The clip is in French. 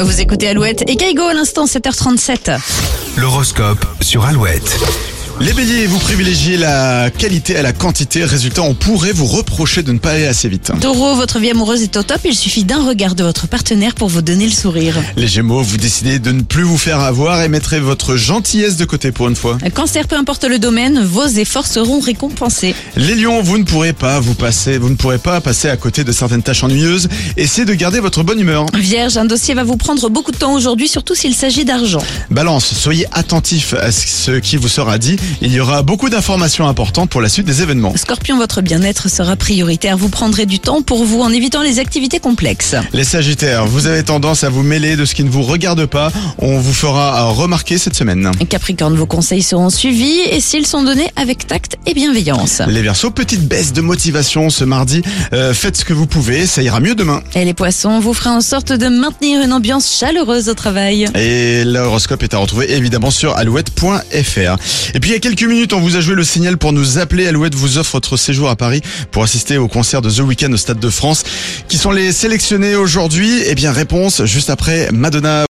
Vous écoutez Alouette et Kaigo à l'instant 7h37. L'horoscope sur Alouette. Les béliers, vous privilégiez la qualité à la quantité. Résultat, on pourrait vous reprocher de ne pas aller assez vite. Taureau, votre vie amoureuse est au top, il suffit d'un regard de votre partenaire pour vous donner le sourire. Les gémeaux, vous décidez de ne plus vous faire avoir et mettrez votre gentillesse de côté pour une fois. Cancer, peu importe le domaine, vos efforts seront récompensés. Les lions, vous ne pourrez pas vous passer, vous ne pourrez pas passer à côté de certaines tâches ennuyeuses. Essayez de garder votre bonne humeur. Vierge, un dossier va vous prendre beaucoup de temps aujourd'hui, surtout s'il s'agit d'argent. Balance, soyez attentif à ce qui vous sera dit. Il y aura beaucoup d'informations importantes pour la suite des événements. Scorpion, votre bien-être sera prioritaire, vous prendrez du temps pour vous en évitant les activités complexes. Les sagittaires, vous avez tendance à vous mêler de ce qui ne vous regarde pas. On vous fera remarquer cette semaine. Capricorne, vos conseils seront suivis et s'ils sont donnés avec tact et bienveillance. Les Verseaux, petite baisse de motivation ce mardi. Euh, faites ce que vous pouvez, ça ira mieux demain. Et les poissons, vous ferez en sorte de maintenir une ambiance chaleureuse au travail. Et l'horoscope est à retrouver évidemment sur alouette.fr. Et puis il y a quelques minutes, on vous a joué le signal pour nous appeler. Alouette vous offre votre séjour à Paris pour assister au concert de The Weeknd au Stade de France. Qui sont les sélectionnés aujourd'hui Eh bien réponse juste après Madonna.